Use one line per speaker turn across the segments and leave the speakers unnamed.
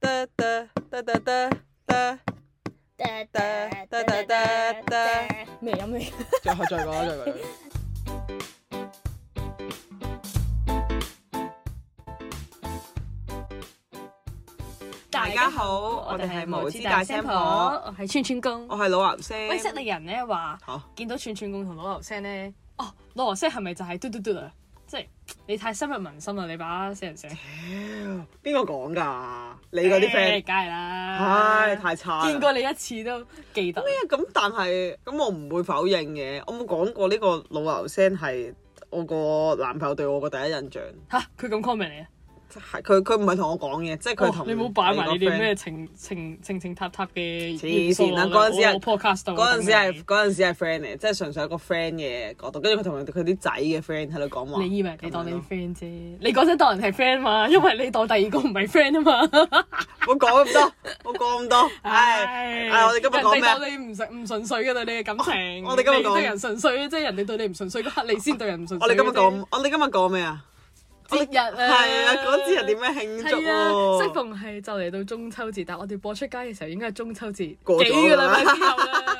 哒哒哒哒哒哒，哒
哒
哒哒哒哒
未飲未？
再再講啦，再講。大家好，我哋係無知大聲婆，，
我係串串公。
我係老岩聲。
喂，悉利人咧話
嚇
見到串串公同老牛聲咧，哦，老牛聲係咪就係嘟嘟嘟啊？即係你太深入民心啦，你把死人聲。
邊個講㗎？你嗰啲 friend，
梗係啦，
唉，太差啦。哎
見過你一次都記得。
咁但係咁我唔會否認嘅，我冇講過呢個老牛聲係我個男朋友對我個第一印象，
吓，佢咁 comment 你啊？
係佢佢唔係同我講嘅，即係佢
哦
同
你冇擺埋
個
你啲
friend
咩情情情情塔塔嘅啊
黐線啦！嗰陣時係
我 podcast 度
嗰陣時係
等
嗰陣時係 friend 嚟，即係純粹一個 friend 嘅角度。跟住佢同佢啲仔嘅 friend 喺度講話。
你，你以為你當你
咁樣
啲
咯
friend 啫？你嗰陣當人係 friend 嘛，因為你當第二個唔係 friend 啊嘛。
我講咁多，我講咁多，唉唉！我哋今日講
人哋
咩？啊
對你唔純唔純粹嘅對你嘅感情，
我哋今日講
你對人純粹，即係人哋對你唔純粹嗰刻，你先對人唔純粹。
我哋今日講，我哋今日講咩啊？
節日啊，
係啊，嗰節日點樣慶祝
係啊，適
喎？
逢係就嚟到中秋節，但我哋播出街嘅時候應該係中秋節幾個
過咗㗎
禮
啦
拜之後啦。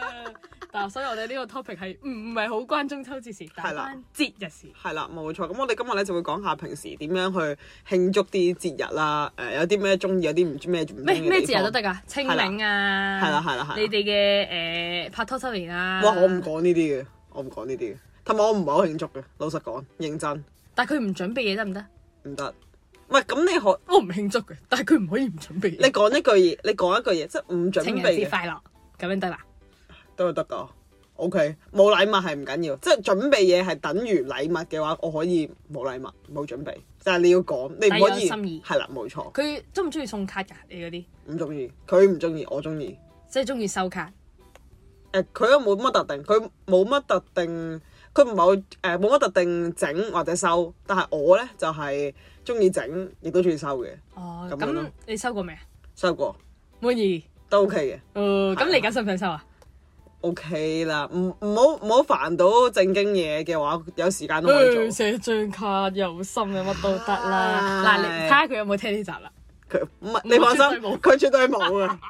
嗱，所以我哋呢個 topic 係唔嗯唔係好關中秋節事，但係
係啦
關節日事。
係啦，冇錯。咁我哋今日咧就會講下平時點樣去慶祝啲節日啦。誒，有啲咩中意，有啲唔知咩唔中意
咩
嘅
咩
地
節日
方
都得。㗎，清明啊，
係啦係啦係啦
你哋嘅誒拍拖周年啊。
哇！我唔講呢啲嘅，我唔講呢啲嘅，同埋我唔係好慶祝嘅。老實講，認真
但係佢唔準備嘢得唔得？
唔得。唔係咁，你可
我唔慶祝嘅，但係佢唔可以唔準備嘢。
你講一句嘢，你講一句嘢，即係唔準
情人
備
節
嘅
快樂，咁樣得啦。
都係得㗎。O K，冇禮物係唔緊要，即係準備嘢係等於禮物嘅話，我可以冇禮物冇準備，但係你要講，你唔可
但係有
以
心意
係啦，冇錯，
佢中唔中意送卡㗎？你嗰啲
唔中意佢唔中意，我中意。
即係中意收卡。
誒，佢都冇乜特定，佢冇乜特定，佢唔係好誒冇乜特定整或者收，但係我咧就係中意整，亦都中意收嘅，
哦，
咁樣咯
咁你收過未啊？
收過
滿意。
都 O K 嘅。
哦，咁
係啊
你而家想唔想收啊？
O K 啦，唔唔好唔好煩到正經嘢嘅話，有時間都可以做。
哎寫張卡有心嘅乜都得
啦
嗱，你睇下佢有冇聽呢集啦。
佢唔係
冇
你放心
絕對冇，
佢絕對冇 啊！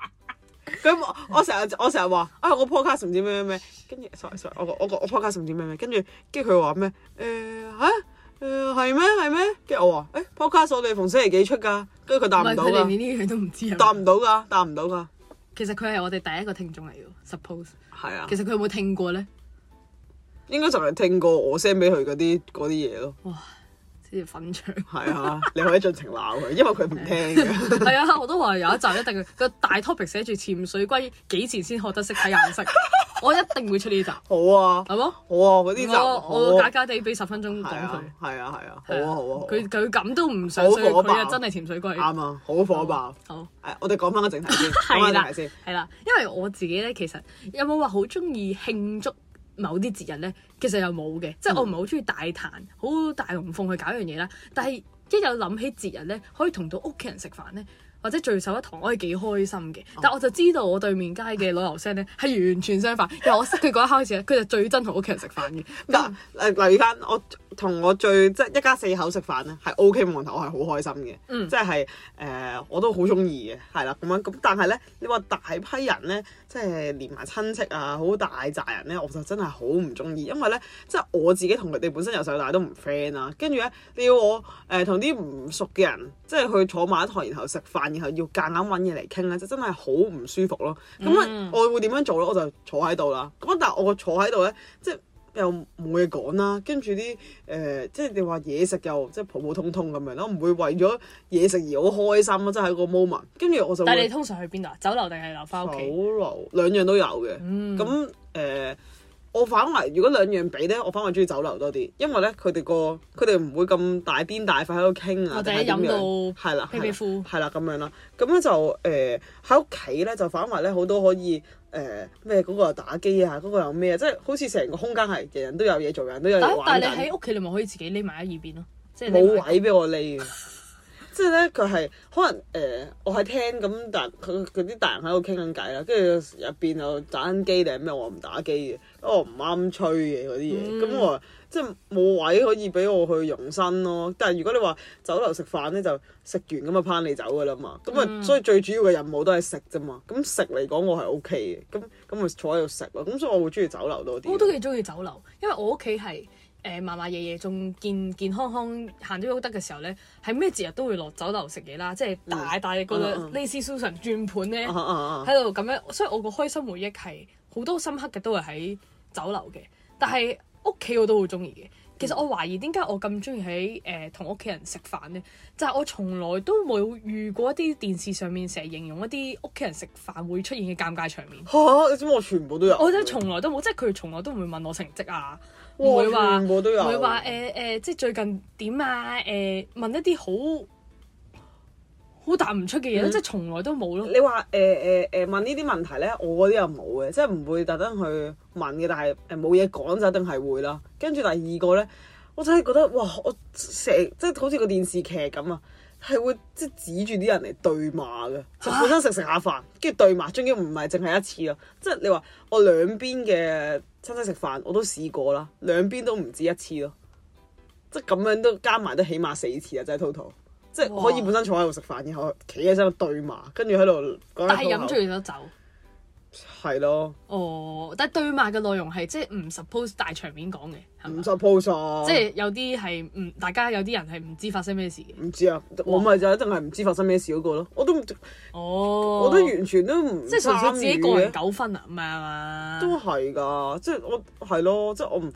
佢冇我成日我成日話啊，我 podcast 唔知咩咩咩，跟住 sorry sorry，我個我個我 podcast 唔知咩咩，跟住跟住佢話咩誒嚇誒係咩係咩？跟住我話誒 podcast 我哋逢星期幾出㗎？跟住佢答
唔
唔
係
到
佢連
㗎，
呢啲嘢都唔知啊。
答唔到㗎，答唔到㗎，
其實佢係我哋第一個聽眾嚟嘅，suppose。
係啊
其，實佢有冇聽過咧？
應該就係聽過我 send 俾佢嗰啲嗰啲嘢咯，
先至粉腸。
係 啊，你可以盡情鬧佢，因為佢唔聽嘅。
係啊，我都話有一集一定要個大 topic 寫住潛水龜幾前先學得識睇顏色，我一定會出呢集，
好啊，
係冇？
好啊，嗰啲就
我
好
我
啊
假，假地俾十分鐘講
係啊
佢。，
係啊，係啊，好
係
啊，
啊
好啊好啊，
佢佢咁都唔想，
好
所以
火爆
佢啊真係潛水龜。
啱啊，好火爆。
好。
誒，哎我哋講翻個正題先，講
係
翻
啦
正題先。
係啦，因為我自己咧，其實有冇話好中意慶祝某啲節日咧？其實又冇嘅，
嗯
即係我唔係好中意大談，好大龍鳳去搞一樣嘢啦。但係一有諗起節日咧，可以同到屋企人食飯咧，或者聚首一堂，我係幾開心嘅。
哦
但我就知道我對面街嘅老牛聲咧係完全相反，由我識佢嗰一刻開始咧，佢就最憎同屋企人食飯嘅。
嗱，誒，例如翻我同我最即係一家四口食飯咧，啊係 O K 冇問題，我係好開心嘅，
嗯
即係誒我都好中意嘅，係啦咁樣咁，但係咧你話大批人咧，即係連埋親戚啊，好大扎人咧，我就真係好唔中意，因為咧即係我自己同佢哋本身由細到大都唔 friend 啦，跟住咧你要我誒同啲唔熟嘅人，即係去坐埋一堂，然後食飯，然後要夾硬揾嘢嚟傾咧，就真係好唔舒服咯。咁、啊，我會點樣做咧？我就坐喺度啦。咁啊但係我坐喺度咧，即係。又冇嘢講啦，跟住啲誒，即係你話嘢食又即係普普通通咁樣咯，唔會為咗嘢食而好開心咯，即係喺個 moment。跟住我就
但係你
會
通常去邊度啊？酒樓定係留翻
酒
屋企？嗯
樓兩樣都有嘅。咁誒、呃我反為如果兩樣比咧，我反為中意酒樓多啲，因為咧佢哋個佢哋唔會咁大邊大塊喺度傾啊，
或者
定係點樣
飲到
係啦，
屁屁褲
係啦咁樣啦。咁咧就誒呃喺屋企咧就反為咧好多可以。誒咩嗰個又打機啊，嗰、個又咩啊，即係好似成個空間係人人都有嘢做，人人都有
但
嘢玩
但
緊
係你喺屋企，你咪可以自己匿埋喺耳邊咯，即係匿埋
冇位俾我匿嘅，即即係咧佢係可能誒、呃我喺聽咁，但佢佢啲大人喺度傾緊偈啦，跟住入邊又打緊機定係咩？我唔打機嘅，因為我唔啱吹嘅嗰啲嘢，咁、
嗯
我話即係冇位可以俾我去容身咯。但係如果你話酒樓食飯咧，就食完咁啊攀你走噶啦嘛，咁啊、
嗯
所以最主要嘅任務都係食啫嘛。咁食嚟講我係 O K 嘅，咁咁咪坐喺度食咯。咁所以我會中意酒樓多啲。
我都幾中意酒樓，因為我屋企係誒嫲嫲爺爺仲健健康康行咗喐得嘅時候咧，係咩節日都會落酒樓食嘢啦，即係大大嘅嗰個
嗯嗯
Lazy Susan 轉盤咧
啊啊啊啊
喺度咁樣，所以我個開心回憶係好多深刻嘅都係喺酒樓嘅，但係屋企我都好中意嘅。其
嗯
實我懷疑點解我咁中意喺誒同屋企人食飯呢？就係、我從來都冇遇過一啲電視上面成日形容一啲屋企人食飯會出現嘅尷尬場面。
嚇！你知唔知我全部都有？
我真係從來都冇，即係佢從來都唔會問我成績啊，唔
哇
會話
全部都有
唔會話誒誒，即係最近點啊誒、問一啲好好答唔出嘅嘢咯，即係從來都冇咯。
嗯你話誒誒誒問呢啲問題咧，我嗰啲又冇嘅，即係唔會特登去問嘅，但係誒冇嘢講就一定係會啦。跟住第二個咧，我真係覺得哇！我成即係好似個電視劇咁啊，係會即係指住啲人嚟對罵嘅，就
啊
本身食食下飯，跟住對罵，仲要唔係淨係一次咯。即係你話我兩邊嘅親戚食飯我都試過啦，兩邊都唔止一次咯。即係咁樣都加埋都起碼四次啊！真係 total，即係可以
哇
本身坐喺度食飯，然後企起身對罵，跟住喺度講
但
下
係
粗
飲
口
醉咗酒，
係咯，
哦，但係對罵嘅內容係即係唔 suppose 大場面講嘅，係
唔
咪？
suppose 啊
即係有啲係唔，大家有啲人係唔知發生咩事嘅。
唔知啊，我咪就一定係唔知發生咩事嗰個咯，我都唔
哦，
我都完全都唔
即係純粹自己個
參與嘅
人糾紛啊，唔係啊嘛？
都係㗎，即係我係咯，即係我唔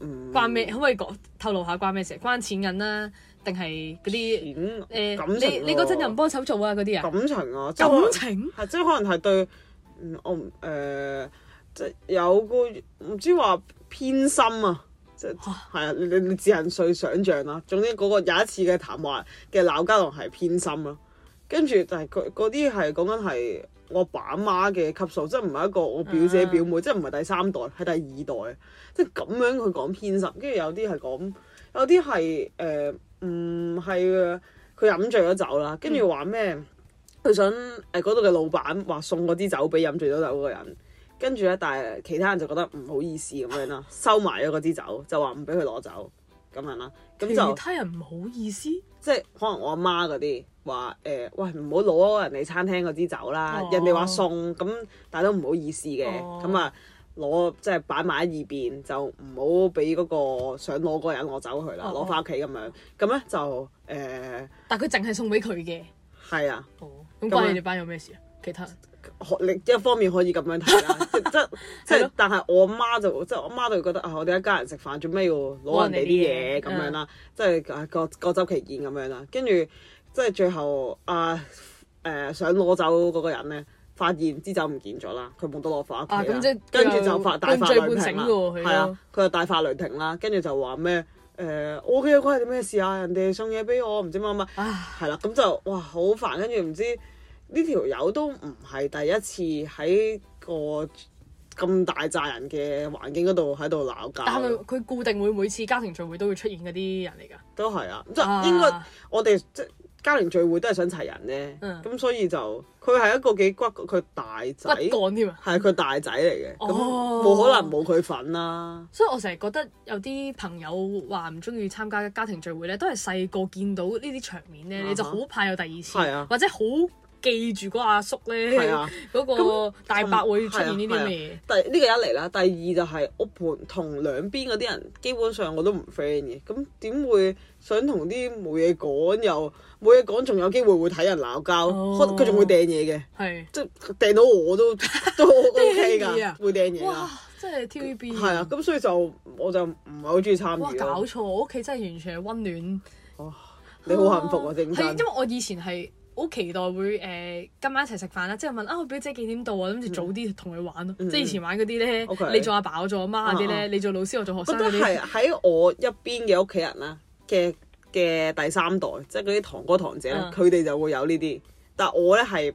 唔
關咩？可唔可以講透露下關咩事？關錢銀啦、定係嗰啲
錢
誒？
感情
你你嗰陣又唔幫手做啊？嗰啲啊？
感情啊，即係
感
我
情
係即係可能係對，嗯我唔誒即係有個唔知話偏心啊。即係係啊，你你你自行去想像啦。總之嗰個有一次嘅談話嘅鬧交同係偏心咯，跟住但係佢嗰啲係講緊係我阿爸阿媽嘅級數，即係唔係一個我表姐
嗯
表妹，即係唔係第三代，係第二代，即係咁樣佢講偏心，跟住有啲係講，有啲係誒唔係呃佢飲醉咗酒啦，跟住話咩？佢想誒嗰度嘅老闆話送嗰支酒俾飲醉咗酒嗰個人，跟住咧，但係其他人就覺得唔好意思咁樣啦，收埋咗嗰支酒，就話唔俾佢攞走咁樣啦。咁
其
就
他人唔好意思，
即係可能我阿媽嗰啲話誒，喂唔好攞人哋餐廳嗰支酒啦，
哦
人哋話送咁，但係都唔好意思嘅，
哦
咁啊攞即係擺埋喺二邊，就唔好俾嗰個想攞嗰個人攞走佢啦，
哦
攞翻屋企咁樣。咁咧就誒
但佢淨係送俾佢嘅。
係啊。
哦，咁
咁啊
關你哋班有咩事啊？其他人
學歷一方面可以咁樣睇啦，即即即係但係我媽就即係我媽就會覺得啊，我哋一家人食飯做咩要攞人哋啲嘢咁樣啦，即係啊各各執其見咁樣啦，跟住即係最後啊誒、想攞走嗰個人咧。發現支酒唔見咗啦，佢冇得攞翻屋
啊
企
咁即係
啦，跟住就發
佢
大發
半醉
雷
半
霆
醒
啦，
喎佢
係啊，佢就大發雷霆啦，跟住就話咩誒，我嘅關你咩事啊？人哋送嘢俾我，唔知乜乜，
啊，
係啦，咁就哇好煩，跟住唔知呢條友都唔係第一次喺個咁大扎人嘅環境嗰度喺度鬧交，
但係咪佢固定會每次家庭聚會都會出現嗰啲人嚟㗎？
都係啊，即
啊
係應該我哋即係家庭聚會都係想齊人咧，
嗯
咁、所以就佢係一個幾骨佢大
骨
仔，
幹添啊！
係佢大仔嚟嘅，咁
哦
冇、可能冇佢份啦，
所以我成日覺得有啲朋友話唔中意參加家庭聚會咧，都係細個見到呢啲場面咧，
啊哈
你就好怕有第二次，
係啊
或者好記住嗰阿叔咧，
係啊。
嗰個大伯會出現呢啲
係啊
咩
第呢個一嚟啦，第二就係我盤同兩邊嗰啲人基本上我都唔 friend 嘅，咁點會想同啲冇嘢講又冇嘢講，仲有機會會睇人鬧交，
哦
可能佢仲會掟嘢嘅，
嘢？
即係啊掟到我 都都 OK
掟嘢啊
㗎，會掟嘢
係哇
㗎，！
真係 TVB
係啊，咁所以就我就唔係好中意參
哇！
與
搞
咯。
錯，我屋企真係完全係温暖。
你好幸福啊，正
係因
真
為我以前係好期待會誒、呃今晚一齊食飯啦，之後問啊我表姐幾點到啊，諗住早啲同佢玩咯。
嗯
即係以前玩嗰啲咧
OK
你做阿爸我做阿媽嗰啲
啊
咧，
啊
你做老師我做學
我
生
覺得
嗰
係
啲，
喺我一邊嘅屋企人啦嘅嘅第三代，即係嗰啲堂哥堂姐咧
嗯，
佢哋、就會有呢啲。但我咧係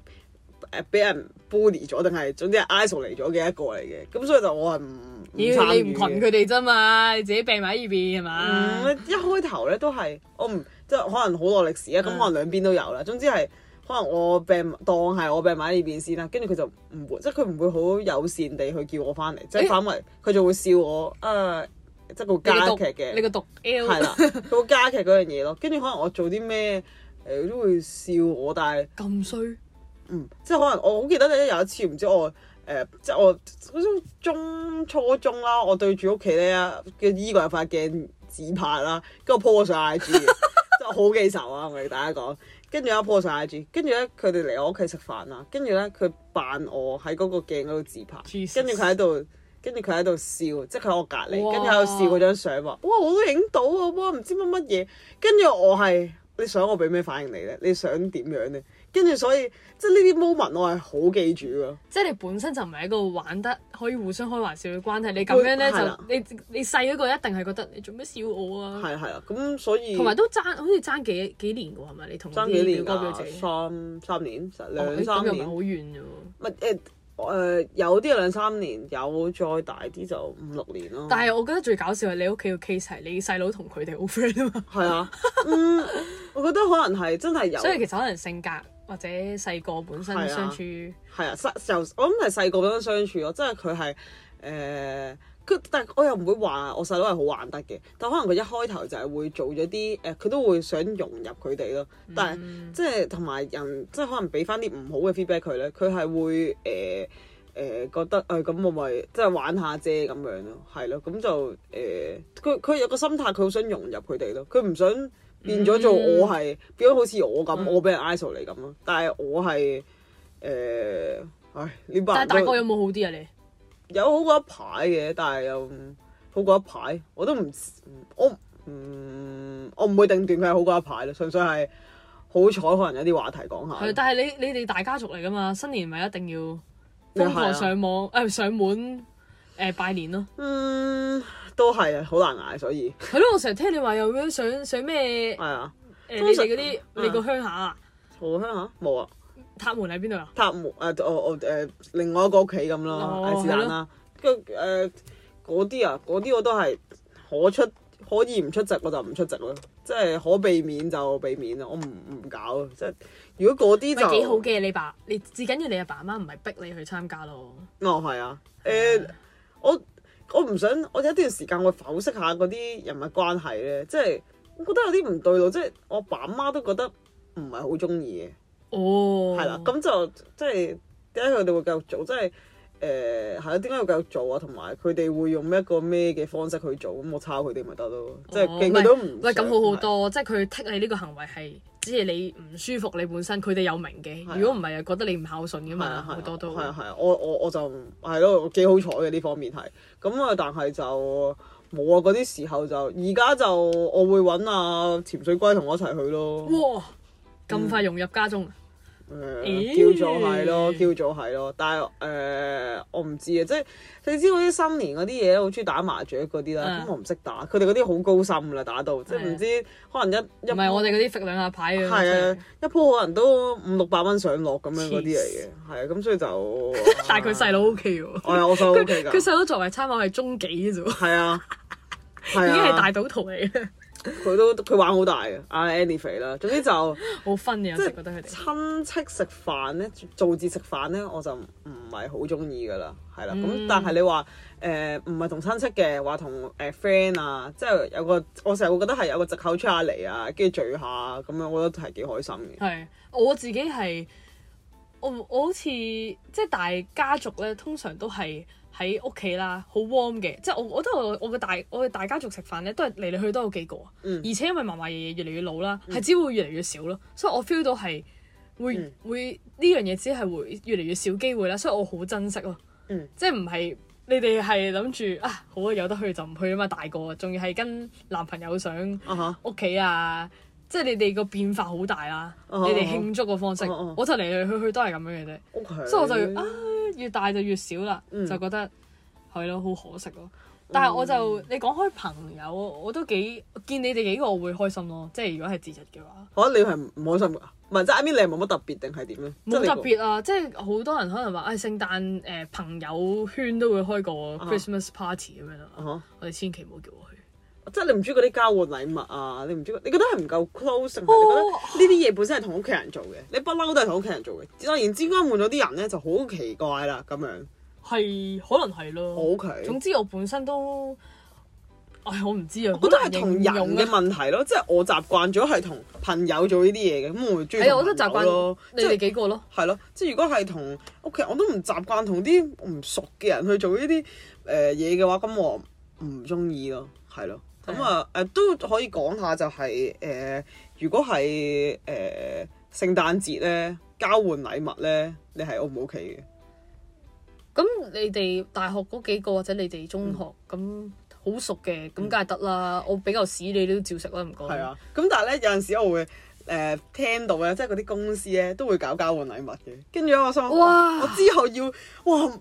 誒俾人 bully 咗，定係總之係 isolate 咗嘅一個嚟嘅。咁所以就我係唔唔
妖
參
你
與
唔群啊
嘅。嗯
佢哋啫嘛，你自己病埋喺二邊係嘛？
嗯，一開頭咧都係我唔，即係可能好耐歷史啊，咁
嗯
可能兩邊都有啦。總之係可能我病當係我病埋呢邊先啦，跟住佢就唔會，即係佢唔會好友善地去叫我翻嚟，即係
誒嗯
反為佢就會笑我啊，即係佢會
你個
加
讀
劇嘅
你。個讀 L
係啦， 佢會加劇嗰樣嘢咯。跟住可能我做啲咩，誒、佢都會笑我，但係
咁衰，
嗯，即係可能我好記得咧，有一次唔知我誒、呃即係我好似中初中啦，我對住屋企咧嘅衣櫃有塊鏡自拍啦，跟住我 po 咗上 IG，嘅即係我好記仇啊！我哋大家講，跟住咧 po 上 IG，跟住咧佢哋嚟我屋企食飯啦，跟住咧佢扮我喺嗰個鏡嗰度自拍
Jesus
跟住佢喺度。跟住佢喺度笑，即係佢喺我隔離，
哇
跟住喺度笑嗰張相話：哇，我都影到啊！哇，唔知乜乜嘢。跟住我係你想我俾咩反應你咧？你想點樣咧？跟住所以即係呢啲 moment 我係好記住咯。
即係你本身就唔係一個玩得可以互相開玩笑嘅關係，你咁樣咧
係啦
就你你細嗰個一定係覺得你做咩笑我啊？
係啊係啦，咁所以
同埋都爭，好似爭幾幾年嘅喎，係咪？你同
爭
啲
幾年
表哥
㗎
表姐，
三三年，實兩
咦
三
咁又唔係
年嗯
好，遠啫喎。
咪誒誒有啲係兩三年，有再大啲就五六年咯。
但係我覺得最搞笑係你屋企個 case 係你細佬同佢哋好 friend 啊嘛，
係啊，嗯，我覺得可能係真係 有，
所以其實可能性格或者細個本身
係啊
相處
係啊，細就我諗係細個咁樣相處咯，即係佢係誒。呃佢但係我又唔會話我細佬係好玩得嘅，但可能佢一開頭就係會做咗啲呃誒，佢、都會想融入佢哋咯。但係、即係同埋人，即係可能俾翻啲唔好嘅 feedback 佢咧，佢係會誒誒、呃呃、覺得誒咁、我咪即係玩下啫咁樣咯，係咯，咁就誒呃佢佢有個心態，佢好想融入佢哋咯，佢唔想變咗做我係、變咗好似我咁，我俾人 isol 嚟咁咯，但係我係誒、呃唉呢班
但係
人
大
都
個有冇好啲啊？你
有好過一排嘅，但係又好過一排，我都唔我唔我唔會定斷佢係好過一排咯，純粹係好彩，可能有啲話題講
係，
下。
但係你你哋大家族嚟噶嘛，新年咪一定要
你係
瘋
啊
狂上網 誒、上門誒、拜年咯。
嗯，都係啊，好難捱，所以
係咯，我成日聽你話又咩上上咩誒
係啊，
你
通常
哋嗰啲
嗯
你個鄉下啊，
好鄉下冇啊，
塔門喺邊度啊？
塔木誒我我誒另外一個屋企咁咯，
哦
係是但啦。跟住誒嗰啲啊，嗰啲我都係可出可以唔出席我就唔出席咯，即係可避免就避免啦，我唔唔搞啊，即係如果嗰啲
咪
就
幾好嘅你爸，你至緊要你阿爸阿媽唔係逼你去參加咯。
哦，係啊，誒、我我唔想，我有一段時間我剖析下嗰啲人物關係咧，即係我覺得有啲唔對路，即係我爸媽都覺得唔係好中意嘅，
哦，
係啦、咁就即係點解佢哋會繼續做，即係誒係啦，點解要繼續做啊？同埋佢哋會用一個咩嘅方式去做，咁我抄佢哋咪得咯，即係佢
哦喂
佢都唔
喂，
想
咁好好，多，即係佢剔你呢個行為係，只係你唔舒服，你本身佢哋有明嘅
係啊。
如果唔係，又覺得你唔孝順噶
係
嘛，
啊係啊
嗯好多都
係啊係啊，我我我就唔係咯，我幾好彩嘅呢方面係咁啊，但係就冇啊嗰啲時候就而家就我會揾啊潛水龜同我一齊去咯，
哇，咁快融入家中啊，
誒
咦
叫做係咯，叫做係咯，但係誒、我唔知啊，即係你知嗰啲新年嗰啲嘢咧，好中意打麻雀嗰啲啦，
嗯啊
咁我唔識打，佢哋嗰啲好高深啦，打到即係唔知可能一一
唔係我哋嗰啲揈兩下牌嘅。
係
真
啊
係，
一鋪可能都五六百蚊上落咁樣嗰啲嚟嘅，係啊，咁所以 就
但係佢細佬 O K 喎，
我有我細佬 OK 㗎
佢。細佬作為參考係中幾嘅啫喎，
係啊，係
已經係
啊
大，賭徒嚟嘅，
佢都佢玩好大嘅，阿 Annie 肥啦。總之就
好分嘅，有時覺得佢哋。
親戚食飯咧，做節食飯咧，我就唔係好中意噶啦，係啦。咁、
嗯
但係你話誒唔係同親戚嘅，話同誒 friend 啊，即係有個我成日會覺得係有個藉口出下嚟啊，跟住聚下咁樣，我覺得係幾開心嘅。
係我自己係我我好似即係大家族咧，通常都係喺屋企啦，好 warm 嘅。即係我我覺得我我嘅大我嘅大家族食飯咧，都係嚟嚟去去都有幾個，啊
嗯
而且因為嫲嫲爺爺越嚟越老啦，係只會越嚟越少咯，所以我 feel 到係會、
嗯
會呢樣嘢只係會越嚟越少機會啦，所以我好珍惜咯。
嗯
即係唔係。你哋係諗住啊，好啊，有得去就唔去啊嘛，大個仲要係跟男朋友想
啊哈，
屋企啊，即係你哋個變化好大啦，
哦
你哋慶祝個方式，
哦哦
我就嚟嚟去去都係咁樣嘅啫，
屋企，
所以我就啊越大就越少啦，
嗯
就覺得係咯，好可惜咯。但係我就你講開朋友，我都幾見你哋幾個我會開心咯，即係如果係節日嘅話，
嚇你係唔開心㗎？唔係即係 I mean 你係冇乜特別定係點咧？即係
冇
你
特
個
別啊，即係好多人可能話，唉、聖誕誒、呃朋友圈都會開個 Christmas party 咁樣
啊
啦，
哈
我哋千祈唔好叫我去，
即係你唔中意嗰啲交換禮物啊，你唔中意，你覺得係唔夠 close 定
哦
係你覺得呢啲嘢本身係同屋企人做嘅，你不嬲都係同屋企人做嘅。突然之間換咗啲人咧，就好奇怪啦咁樣。
係可能係咯。
O K，
嗯總之我本身都，唉，我唔知啊，
我覺得係
好難
同人
形容
嘅
啊。
問題咯，即係我習慣咗係同朋友做呢啲嘢嘅，咁我會中意
係啊，我
同
都
朋
習
友
慣
咯。
你
即
哋
係
幾個咯。
係咯，即係如果係同屋企人，我都唔習慣同啲唔熟嘅人去做呢啲誒嘢嘅話，咁我唔中意咯，係咯。咁啊誒都可以講下就係、呃如果係誒、呃、聖誕節咧交換禮物咧，你係 O 唔 O K 嘅？
咁你哋大學嗰幾個或者你哋中學
嗯
咁好熟嘅，咁梗係得啦。我比較屎，你都照食啦，唔該。
係，啊，咁但係咧有陣時我會誒、呃、聽到咧，即係嗰啲公司咧都會搞交換禮物嘅，跟住呢我心諗
哇
我之後要哇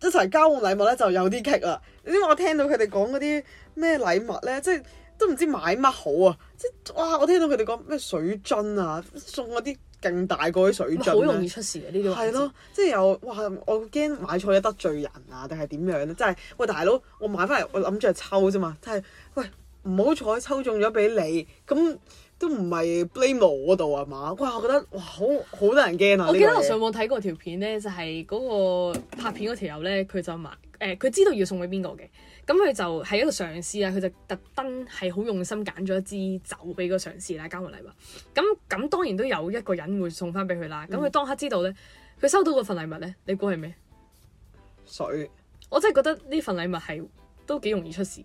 一齊交換禮物咧就有啲棘啦，因為我聽到佢哋講嗰啲咩禮物咧，即係都唔知買乜好啊！即係哇，我聽到佢哋講咩水樽啊，送嗰啲勁大個啲水
咁
樽啊
好容易
呢。
出事啊嘅呢啲環
係
節
咯，，即係又哇！我驚買錯嘢得罪人啊，定係點樣咧？即係喂大佬，我買翻嚟我諗住係抽啫嘛，但係喂唔好彩抽中咗俾你，咁都唔係 blame 我度啊嘛？哇！我覺得哇好好得人驚啊！
我記得我上
想
網睇過條片咧，就係嗰個拍片嗰條友咧，佢就買誒，佢、知道要送俾邊個嘅，咁佢就係一個上司啊啦，佢就特登係好用心揀咗一支酒俾個上司啦，交換禮物。咁咁當然都有一個人會送翻俾佢啦。咁佢當刻知道咧，佢收到嗰份禮物咧，你估係咩？
水
我真係覺得呢份禮物係都幾容易出事，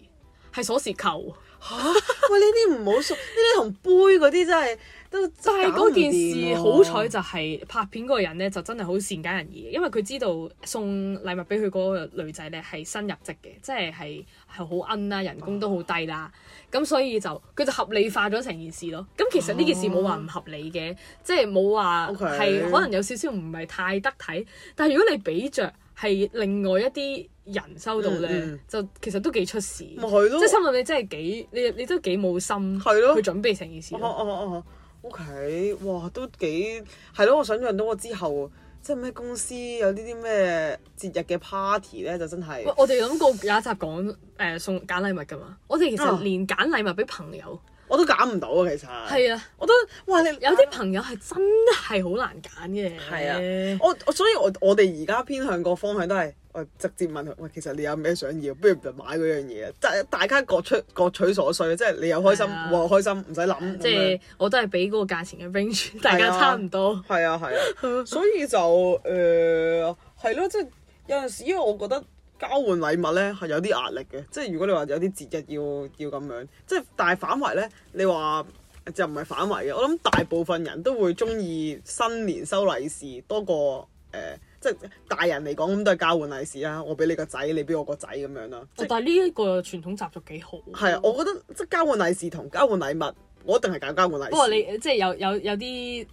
係鎖匙扣。
嚇，喂呢啲唔好送，呢啲同杯嗰啲真係都
但係嗰件事好彩
就
就係拍片嗰個人咧，就真係好善解人意，因為佢知道送禮物俾佢嗰個女仔咧係新入職嘅，即係係係好奀啦，人工都好低啦，咁所以就佢就合理化咗成件事咯。咁其實呢件事冇話唔合理嘅，即係冇話
OK
係可能有少少唔係太得體，但係如果你比着係另外一啲人收到咧，
嗯嗯
就其實都幾出事。
咪係咯
即係，心諗你真係幾你你都幾冇心
係咯
去準備成件事
哦
咯。
哦哦哦，OK，哇，都幾係咯！我想象到我之後，即係咩公司有呢啲咩節日嘅 party 咧，就真係
喂，我哋諗過有一集講誒、呃送揀禮物噶嘛，我哋其實
啊
連揀禮物俾朋友，
我都揀唔到啊！其實
係啊，
我都哇，你
有啲朋友係真係好難揀嘅，
係啊，我我所以我我哋而家偏向個方向都係。我直接問佢，喂，其實你有咩想要？不如就買嗰樣嘢啊！即係大家各出各取所需，即係你又開心，
係啊
我又開心，唔使諗。
即
咁樣
係我都係俾嗰個價錢嘅 range，大 家差唔多。
係啊 係啊，所以就誒係咯，即係有陣時我覺得交換禮物咧係有啲壓力嘅，即係如果你話有啲節日要要咁樣，即係但係反為咧，你話呃就唔係反為嘅，我諗大部分人都會中意新年收利是多過誒。呃即係大人嚟講，咁都係交換利是啦。我俾你個仔，你俾我個仔咁樣啦。即
哦
係
但係呢一個傳統習俗幾好。
係啊，我覺得即係交換利是同交換禮物，我一定係揀啊交換利是。
不過你即係有有有啲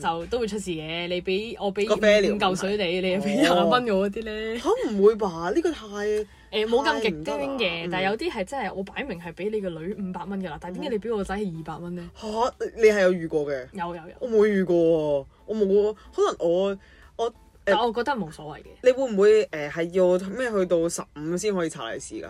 就都會出事嘅，你俾我俾五
個 value
嚿水你，你又俾
哦
廿蚊我嗰啲咧。
嚇唔會吧？呢個太〜
誒冇咁極端
太
嘅
唔得啦，嗯
但係有啲係真係我擺明係俾你個女五百蚊㗎啦，但係點解你俾我個仔係二百蚊咧？
嚇、你係有遇過嘅？
有有有，
我冇遇過喎，我冇，可能我我
但我覺得冇所謂嘅。
你會唔會誒係、要咩去到十五先可以拆利是㗎？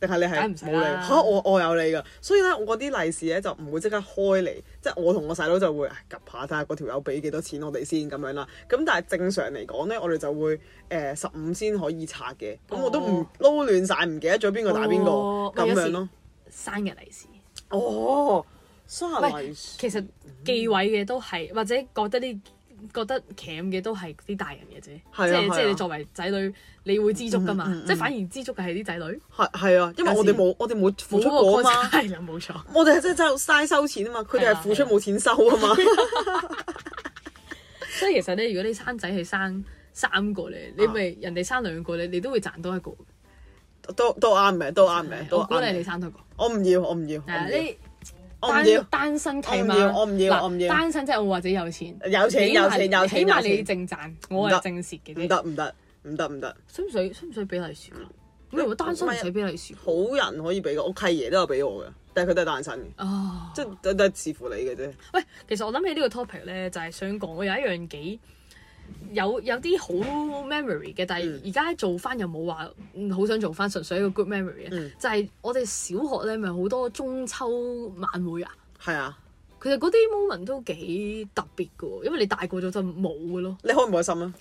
定係你
梗
係
唔使
冇
啦
利？嚇我我有利㗎，所以咧我嗰啲利是咧就唔會即刻開嚟，即係我同我細佬就會唉及下睇下嗰條友俾幾多錢我哋先咁樣啦。咁但係正常嚟講咧，我哋就會誒十五先可以拆嘅。咁我都唔
哦
撈亂晒，唔記得咗邊個打邊
哦
個
咪
咁
有時
樣咯。
生日利是，
哦，生
唔
日利是嗯
其實忌位嘅都係或者覺得呢覺得鉗嘅都係啲大人嘅啫，
係啊
即係
係啊
即係你作為仔女，你會知足㗎嘛，
嗯嗯嗯
即係反而知足嘅係啲仔女，
係係啊，因為我哋冇我哋冇付
冇
出
嗰個
過啊
c
嘛。
係啦，冇錯。
我哋係真係真係嘥收錢啊嘛，佢哋係付出冇錢收啊嘛，
所以其實咧，如果你生仔係生三個咧，你
啊
咪人哋生兩個咧，你都會賺多一個。
都都啱嘅，都啱嘅，啊都
啊我估
啱
你你
嘅。
生多一個。
我唔要，我唔要，我
係啊，
唔要
你
我唔要
單。單身契嘛？
我唔要我唔要我唔要
嗱單身即係我或者有錢，
有錢
起碼
有錢有錢
起碼你
有
正賺，我係正蝕嘅啫
唔。得唔得唔得唔得，
使唔使使唔使俾利是
嗯
㗎？你話單身
啊
唔使俾利是
好人可以俾我，我契爺都有俾我嘅，但係佢都係單身嘅，
啊？
即係都都係視乎你嘅啫。
喂，其實我諗起呢個 topic 咧，就係想講我有一樣幾有有啲好 memory 嘅，但係
嗯
而家做翻又冇話嗯好想做翻，純粹一個 good memory 嘅。
嗯
就係我哋小學咧，咪好多中秋晚會啊，
係啊，
其實嗰啲 moment 都幾特別嘅喎，因為你大個咗就冇嘅咯。
你開唔開心啊？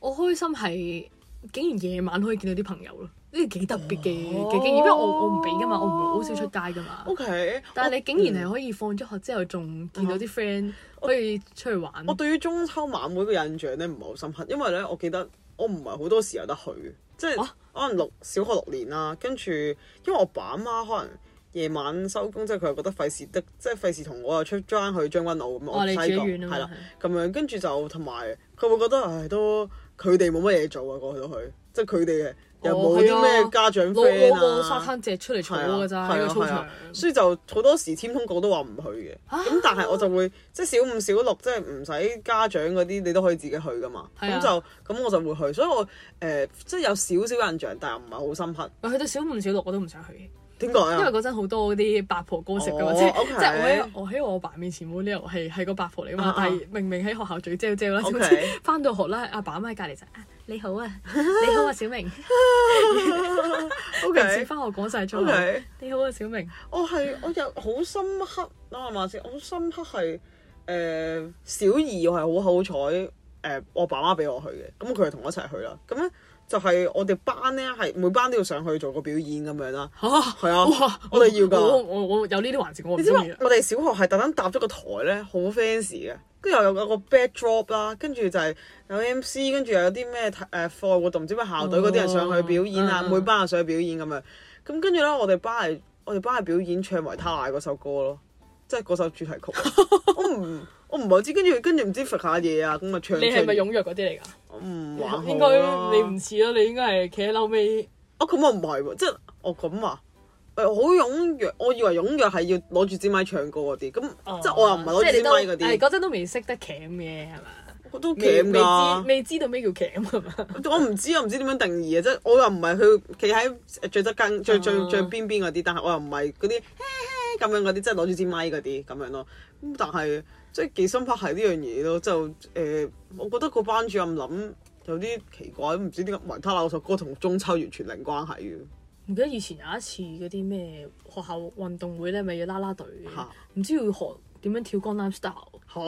我開心係竟然夜晚可以見到啲朋友咯，呢個幾特別嘅
哦
嘅經驗，因為我我唔俾噶嘛，我唔好少出街噶嘛。
O K，
啊但係你竟
嗯
然係可以放咗學之後仲見到啲 friend 可以出去玩，
我對於中秋晚會嘅印象咧唔係好深刻，因為咧我記得我唔係好多時有得去，即係
啊
可能六小學六年啦，跟住因為我爸阿媽可能。夜晚收工，即係佢又覺得費事得，即係費事同我又出張去將軍澳咁，
我
我
哋
西
住得遠
貢係
啊嘛
啦，，咁樣跟住就同埋佢會覺得唉都佢哋冇乜嘢做啊過去到去，即係佢哋又
哦
冇啲
啊
咩家長
攞攞
friend
個
啊
沙。灘席出嚟坐
係啊
㗎咋，
係
喺
啊
個操
係
場啊
啊。所以就好多時簽通告都話唔去嘅。咁但係我就會即係小五小六，即係唔使家長嗰啲，你都可以自己去噶嘛。
係啊
咁就咁我就會去，所以我誒、呃即係有少少印象，但係唔係好深刻。
我去到小五小六我都唔想去，
點解
因為
啊？
嗰陣好多嗰啲八婆歌食㗎嘛，
哦
即係
OK
即係我喺我喺我爸面前冇理由係係個八婆嚟㗎嘛
啊，
但係明明喺學校嘴嚼嚼啦，
OK
總之翻到學啦，阿爸阿媽喺隔離就啊你 好啊，你好啊小明，
O
平時
K
翻學講晒粗
O
口，
K，
你好啊小明，
我係我有好深刻，諗下話先，我好深刻係誒、呃小二我係好好彩誒，我爸媽俾我去嘅，咁佢係同我一齊去啦。咁咧就係我哋班咧係每班都要上去做個表演咁樣啦。
嚇
係啊
哇
我哋要㗎
我我我有呢啲環節我唔
你知唔
中意
知
啊，
我哋小學係特登搭咗個台咧，好 fans 嘅，跟住又有個 backdrop 啦，跟住就係有 MC，跟住又有啲咩誒課外活動，唔知咩校隊嗰啲人上去表演啊，
哦嗯嗯
每班人上去表演咁樣。咁跟住咧，我哋班係我哋班係表演唱維他奶嗰首歌咯，即係嗰首主題曲。啊 我唔我唔係好知，跟住跟住唔知揈下嘢啊，咁啊唱。
你係咪
唱
踴躍嗰啲嚟㗎？
我 唔玩好啦
應該你唔似咯，你應該係企喺嬲尾。
啊，咁我唔係喎，即係我咁啊，誒好踴躍，我以為踴躍係要攞住支咪唱歌嗰啲，咁、即係我又唔係攞住支咪嗰
哦係
啲，
啊嗰陣都未識得鉗嘅係嘛？
我都
未
鉗
未知
㗎，
未知道咩叫鉗係嘛？
我唔知我唔知點樣定義嘅，啊即係我又唔係佢企喺最側跟最最
啊
最邊邊嗰啲，但係我又唔係嗰啲咁樣嗰啲，即係攞住支咪嗰啲咁樣咯。咁但係即係幾深刻係呢樣嘢咯，就誒、呃我覺得個班主任諗有啲奇怪，唔知點解維他奶嗰首歌同中秋完全零關係嘅。
唔記得以前有一次嗰啲咩學校運動會咧，咪要啦啦隊嘅
嚇
唔知要學點樣跳江南 style。
嚇！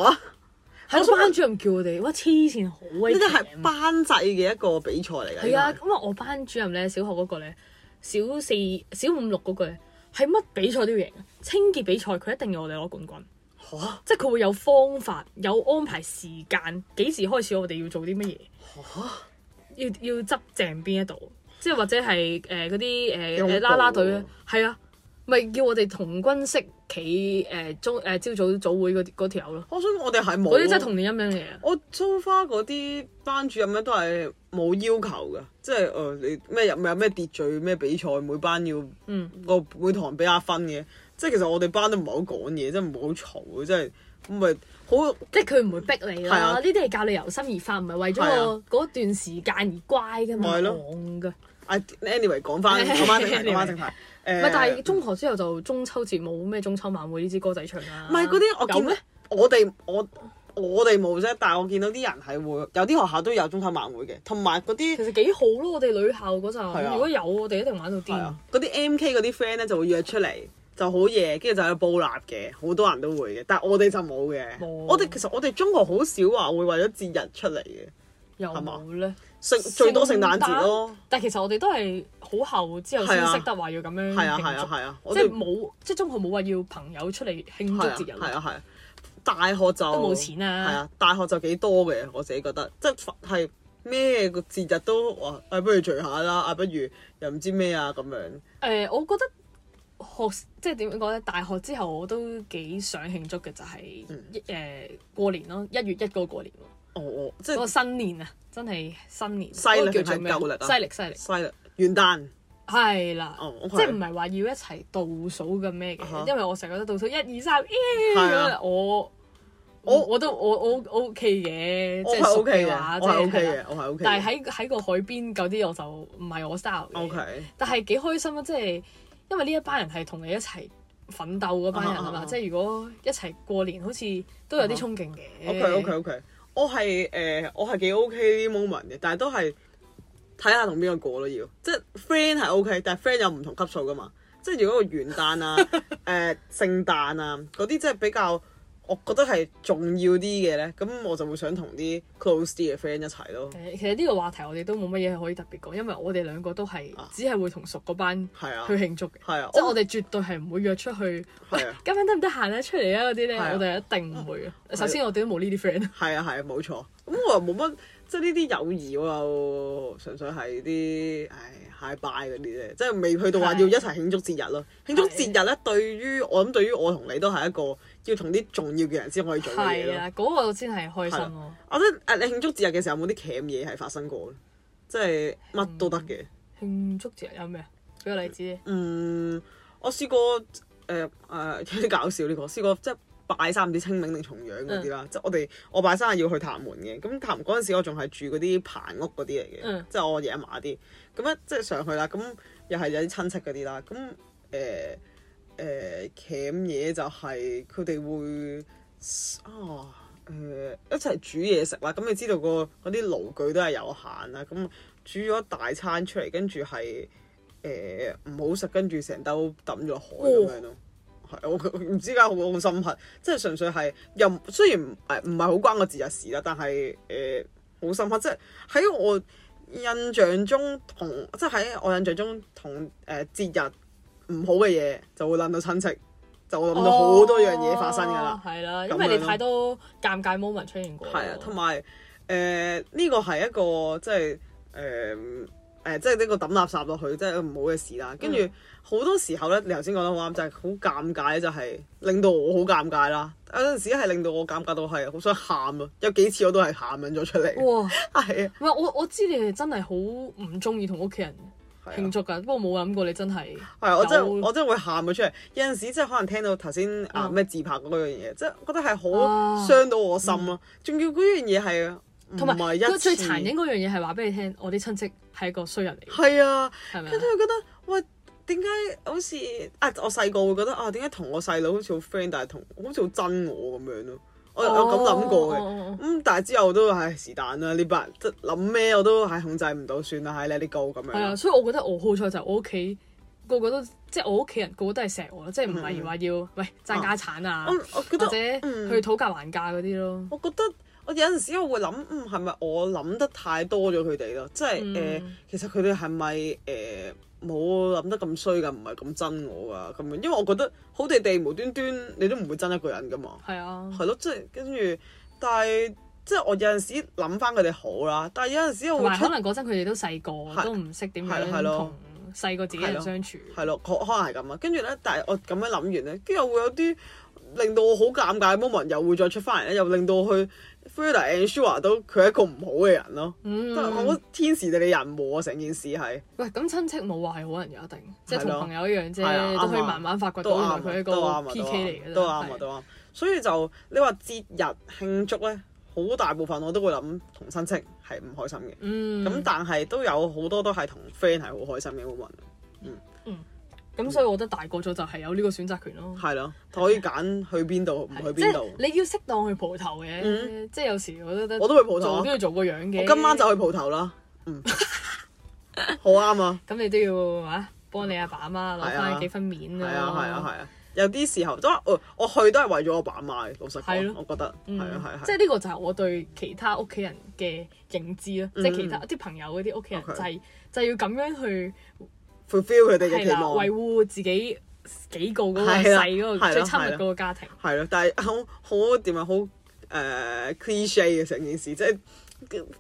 係
想
個
問
班主任叫我哋，哇黐線好威！
呢啲係班制嘅一個比賽嚟㗎。
啊係啊，咁啊我班主任咧，小學嗰個咧，小四、小五六嗰個咧，係乜比賽都要贏嘅。清潔比賽佢一定要我哋攞冠軍。
應該係，
即係佢會有方法，有安排時間，幾時開始我哋要做啲乜嘢，要要執正邊一度，即係或者係誒呃嗰啲
有
誒
冇
啦啦隊
道
咧，係啊，咪叫我哋童軍式企誒中誒朝早早會嗰啲嗰條友咯，
我想我哋係冇。
嗰啲真係童年陰影嚟啊！
我 so far 嗰啲班主任咧都係冇要求㗎，即係誒、呃你咩入咩有咩秩序咩比賽，每班要
嗯
個每堂俾下分嘅。即係其實我哋班都唔係好講嘢，即係唔係好嘈嘅，即係咁咪好
即係佢唔會逼你
係啊
啦，呢啲係教你由心而發，唔係為
係
咗
啊
個嗰段時間而乖噶嘛，
咪係咯
戇㗎。
I- anyway 講 翻講翻正題，講翻正題。誒，
唔係，但係中學之後就中秋節冇咩中秋晚會呢支歌仔唱啦。
唔係嗰啲我
有
見
咩？
我哋我我哋冇啫，但係我見到啲人係會有啲學校都有中秋晚會嘅，同埋嗰啲
其實幾好咯，我哋女校嗰陣，
啊
如果有我哋一定玩到
係
癲
啊。，嗰啲 M.K. 嗰啲 friend 咧就會約出嚟，就好夜，跟住就去煲蠟嘅，好多人都會嘅，但係我哋就冇嘅。
冇
我哋其實我哋中學好少話會為咗節日出嚟嘅，
有冇咧？
聖最多聖誕節咯，
但其實我哋都係好後之後
係
先
啊
識得話要咁樣
係啊係
嗯慶
啊
祝
係啊，我
即係
哋
冇即係中學冇話要朋友出嚟慶祝
係啊
節日
係
咯，
啊係啊，大學就
都冇錢
係
啊。
啊，大學就幾多嘅，我自己覺得，即係係咩個節日都話，啊不如聚下啦，啊不如又唔知咩啊咁樣，
誒，我覺得學即係點講咧？大學之後我都幾想慶祝嘅，就係
嗯
一誒過年咯，一月一嗰個過年喎，
哦哦，即
嗰個
係
新年啊，真係新年，
西歷
嗰個叫做咩
定係舊歷啊
西歷西歷。
犀利，元旦
係啦，
哦
即
，OK
係唔係話要一齊倒數咁咩
啊哈
嘅？因為我成日覺得倒數一二三，咦
係
咁
啊
樣我
我
我我都我我 O K 嘅，
我
即
係
係熟
OK
嘅話，
嘅，
即
我係
係
OK
係啦
嘅，我係 OK
但係
嘅
喺喺個海邊嗰啲我就唔係我 style 嘅
，OK。
但係幾開心啊！即係因為呢一班人係同你一齊奮鬥嗰班人啊
啊啊啊啊
嘛，即係如果一齊過年，好似都有啲憧憬嘅。
OK OK OK，我係誒、呃我係幾 OK 呢啲 moment 嘅，但係都係睇下同邊個過咯要，即係 friend 係 OK，但係 friend 有唔同級數噶嘛。即係如果個元旦 啊、誒、聖誕啊嗰啲，即係比較我覺得係重要啲嘅咧，咁我就會想同啲 close 啲嘅 friend 一齊咯。
誒，其實呢個話題我哋都冇乜嘢可以特別講，因為我哋兩個都係
啊
只係會同熟嗰班
係啊
去，慶祝嘅，
係啊，
即係我哋絕對係唔會約出去。喂
係啊，
今晚得唔得閒咧？出嚟啊嗰啲咧，
係啊嗯
我哋一定唔會嘅。首先我哋都冇呢啲 friend。
係啊，係啊，冇錯。咁我又冇乜，即係呢啲友誼我又純粹係啲唉 high bye 嗰啲啫，即係未去到話
係
要一齊慶祝節日咯。慶祝節日咧，對於我諗，對於我同你都係一個要同啲重要嘅人先可以做嘅嘢
係
咯。
啊，嗰個先係開心咯。
我覺得誒，你慶祝節日嘅時候有冇啲鉗嘢係發生過咧？即係乜都得嘅。
慶祝節日有咩啊？舉個例子咧，
嗯，我試過誒誒、呃有啲搞笑呢、個，試過即係拜山唔知清明定重陽嗰啲啦，即係我哋我拜山係要去塔門嘅，咁塔門嗰陣時我仲係住嗰啲棚屋嗰啲嚟嘅，
嗯
即係我爺阿嫲啲，咁咧即係上去啦，咁又係有啲親戚嗰啲啦，咁呃誒誒鉗呃嘢就係佢哋會啊。誒、一齊煮嘢食啦，咁你知道個嗰啲爐具都係有限啦，咁啊煮咗大餐出嚟，跟住係誒唔好食，跟住成兜抌咗海咁樣咯。係，我唔知點解好好深刻，即係純粹係又唔雖然唔誒唔係好關個節日事啦，但係誒好深刻，即係喺我印象中同即係喺我印象中同誒節日唔好嘅嘢就會諗到親戚，就會諗到好多樣嘢發生㗎啦
哦。係啦，
咁
因為
樣
你
咯
太多尷尬 moment 出現過啦。
係啊，同埋誒呢個係一個即係誒誒，即係呢個抌垃圾落去，即係唔好嘅事啦。跟住
嗯
好多時候咧，你頭先講得好啱，就係、好尷尬，就係、令到我好尷尬啦。有陣時係令到我尷尬到係好想喊咯，有幾次我都係喊緊咗出嚟。
哇！
係啊，
唔係我我知你哋真係好唔中意同屋企人慶
係
祝㗎，不過冇諗過你真係
啊，我真係
有
我真係會喊咗出嚟。有陣時即係可能聽到頭先啊
嗯
咩自拍嗰樣嘢，即係覺得係好
啊
傷到我心咯。仲要嗰樣嘢係唔
同埋
係一
佢
次
最殘忍嗰樣嘢係話俾你聽，我啲親戚係一個衰人嚟，
係啊。
係咪
跟
啊
住佢覺得喂，點解好似啊？我細個會覺得啊，點解同我細佬好似好 friend，但係同好似好憎我咁樣咯。我
哦
有咁諗過嘅。咁、
嘅。
但係之後都唉是但啦，呢班即係諗咩我都係控制唔到，算啦，係 let it go 咁
係啊，
樣。
所以我覺得我好彩就係我屋企個個都即係我屋企人個個都係錫我咯，即係唔係話要喂爭家產啊，
嗯我我覺
或
得
者
嗯
去討價還價嗰啲咯。
我覺得我有陣時我會諗，嗯係咪我諗得太多咗佢哋咯？即係誒、呃
嗯
其實佢哋係咪誒冇諗得咁衰㗎？唔係咁憎我㗎咁樣，因為我覺得好地地無端端你都唔會憎一個人㗎嘛。
係啊，
係咯，即係跟住，但係即係我有陣時諗翻佢哋好啦，但係有陣時
同
我會
埋
出
可能嗰陣佢哋都細個，
係
都唔識點
係咯係
樣
咯
同細個自己
係
人
咯
相處。
係咯，可可能係咁啊。跟住咧，但係我咁樣諗完咧，跟住又會有啲令到我好尷尬嘅 moment，又會再出翻嚟咧，又令到我去 further ensure 到佢係一個唔好嘅人咯。即係
嗯，
好天時地利人和啊！成件事係
喂，咁親戚冇話係好人嘅一定，即係
係
同
咯
朋友一樣
係啊
啫，都可以
啱啊
慢慢發掘
都
到
啱
原
啊
來佢係一
都啱
個
啊，都
P.K.
啱
嚟嘅
啊
啫。
都啱啊，
係
都啱。所以就你話節日慶祝咧，好大部分我都會諗同親戚係唔開心嘅。
嗯，
咁但係都有好多都係同 friend 係好開心嘅 moment，
咁所以我覺得大個咗就係有呢個選擇權咯。
係咯，可以揀去邊度唔去
即
邊
係
度，
你要適當去蒲頭嘅，
嗯
即係有時我覺得
我都去蒲頭
做
啊
都要做個樣嘅。
我今晚就去蒲頭啦， 嗯，好啱啊，
咁你都要啊，幫你阿爸阿媽攞
係啊
翻幾分面
係
啊。
啊係啊係啊，有啲時候都我我去都係為咗我爸媽嘅，老實
係
講，
咯
我覺得
嗯
係啊係啊，
即係呢個就係我對其他屋企人嘅認知咯，
嗯
即係其他啲朋友嗰啲屋企人就
OK
係就係要咁樣去
fulfill 佢哋嘅
係
期
啦，
望，
維護自己幾個嗰個
係啦
細
係
嗰
啦
個最親密
係啦啊
嗰個家庭。
係咯，但係好好點啊好誒 cliche 嘅成件事，即係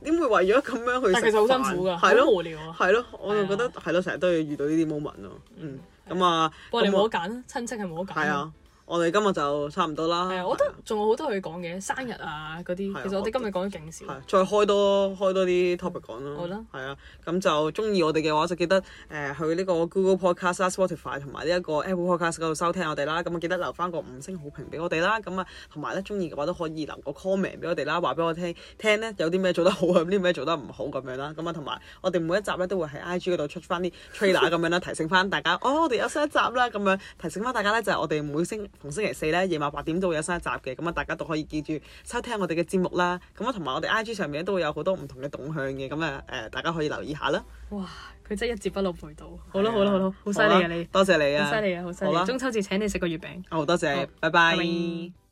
點會為咗咁樣去
但
食飯，
其實好辛苦㗎，
係
好
咯
無聊啊。
係咯，我就覺得
係
係咯，成日都要遇到呢啲 moment 咯，嗯，咁啊，
我哋
咁啊
冇得揀，親戚係冇得揀。
係啊，我哋今日就差唔多啦。
係啊，我覺得仲有好多可以講嘅，生日啊嗰
係啊
啲，其實我哋今日講咗勁
係
少。
啊再開多開多啲 topic 講咯。
好啦
係啊，咁就中意我哋嘅話就記得誒、呃去呢個 Google Podcast 啦、Spotify 同埋呢一個 Apple Podcast 嗰度收聽我哋啦。咁啊記得留翻個五星好評俾我哋啦。咁啊同埋咧中意嘅話都可以留個 comment 俾我哋啦，話俾我聽聽咧有啲咩做得好啊，有啲咩做得唔好咁樣啦。咁啊同埋我哋每一集咧都會喺 IG 嗰度出翻啲 trailer 咁樣啦，提醒翻大家哦，我哋有新一集啦咁樣，提醒翻大家咧就係、我哋每星逢星期四咧夜晚八點都會有新一集嘅，咁啊大家都可以記住收聽我哋嘅節目啦。咁啊同埋我哋 I G 上面咧都會有好多唔同嘅動向嘅，咁啊誒大家可以留意下啦。
哇！佢真係一節不漏背到，好啦好啦好啦，好犀利啊
啦
你，
多謝你啊，
好犀利啊好犀
好啦
利！中秋節請你食個月餅，
好多謝
好，
拜拜
拜拜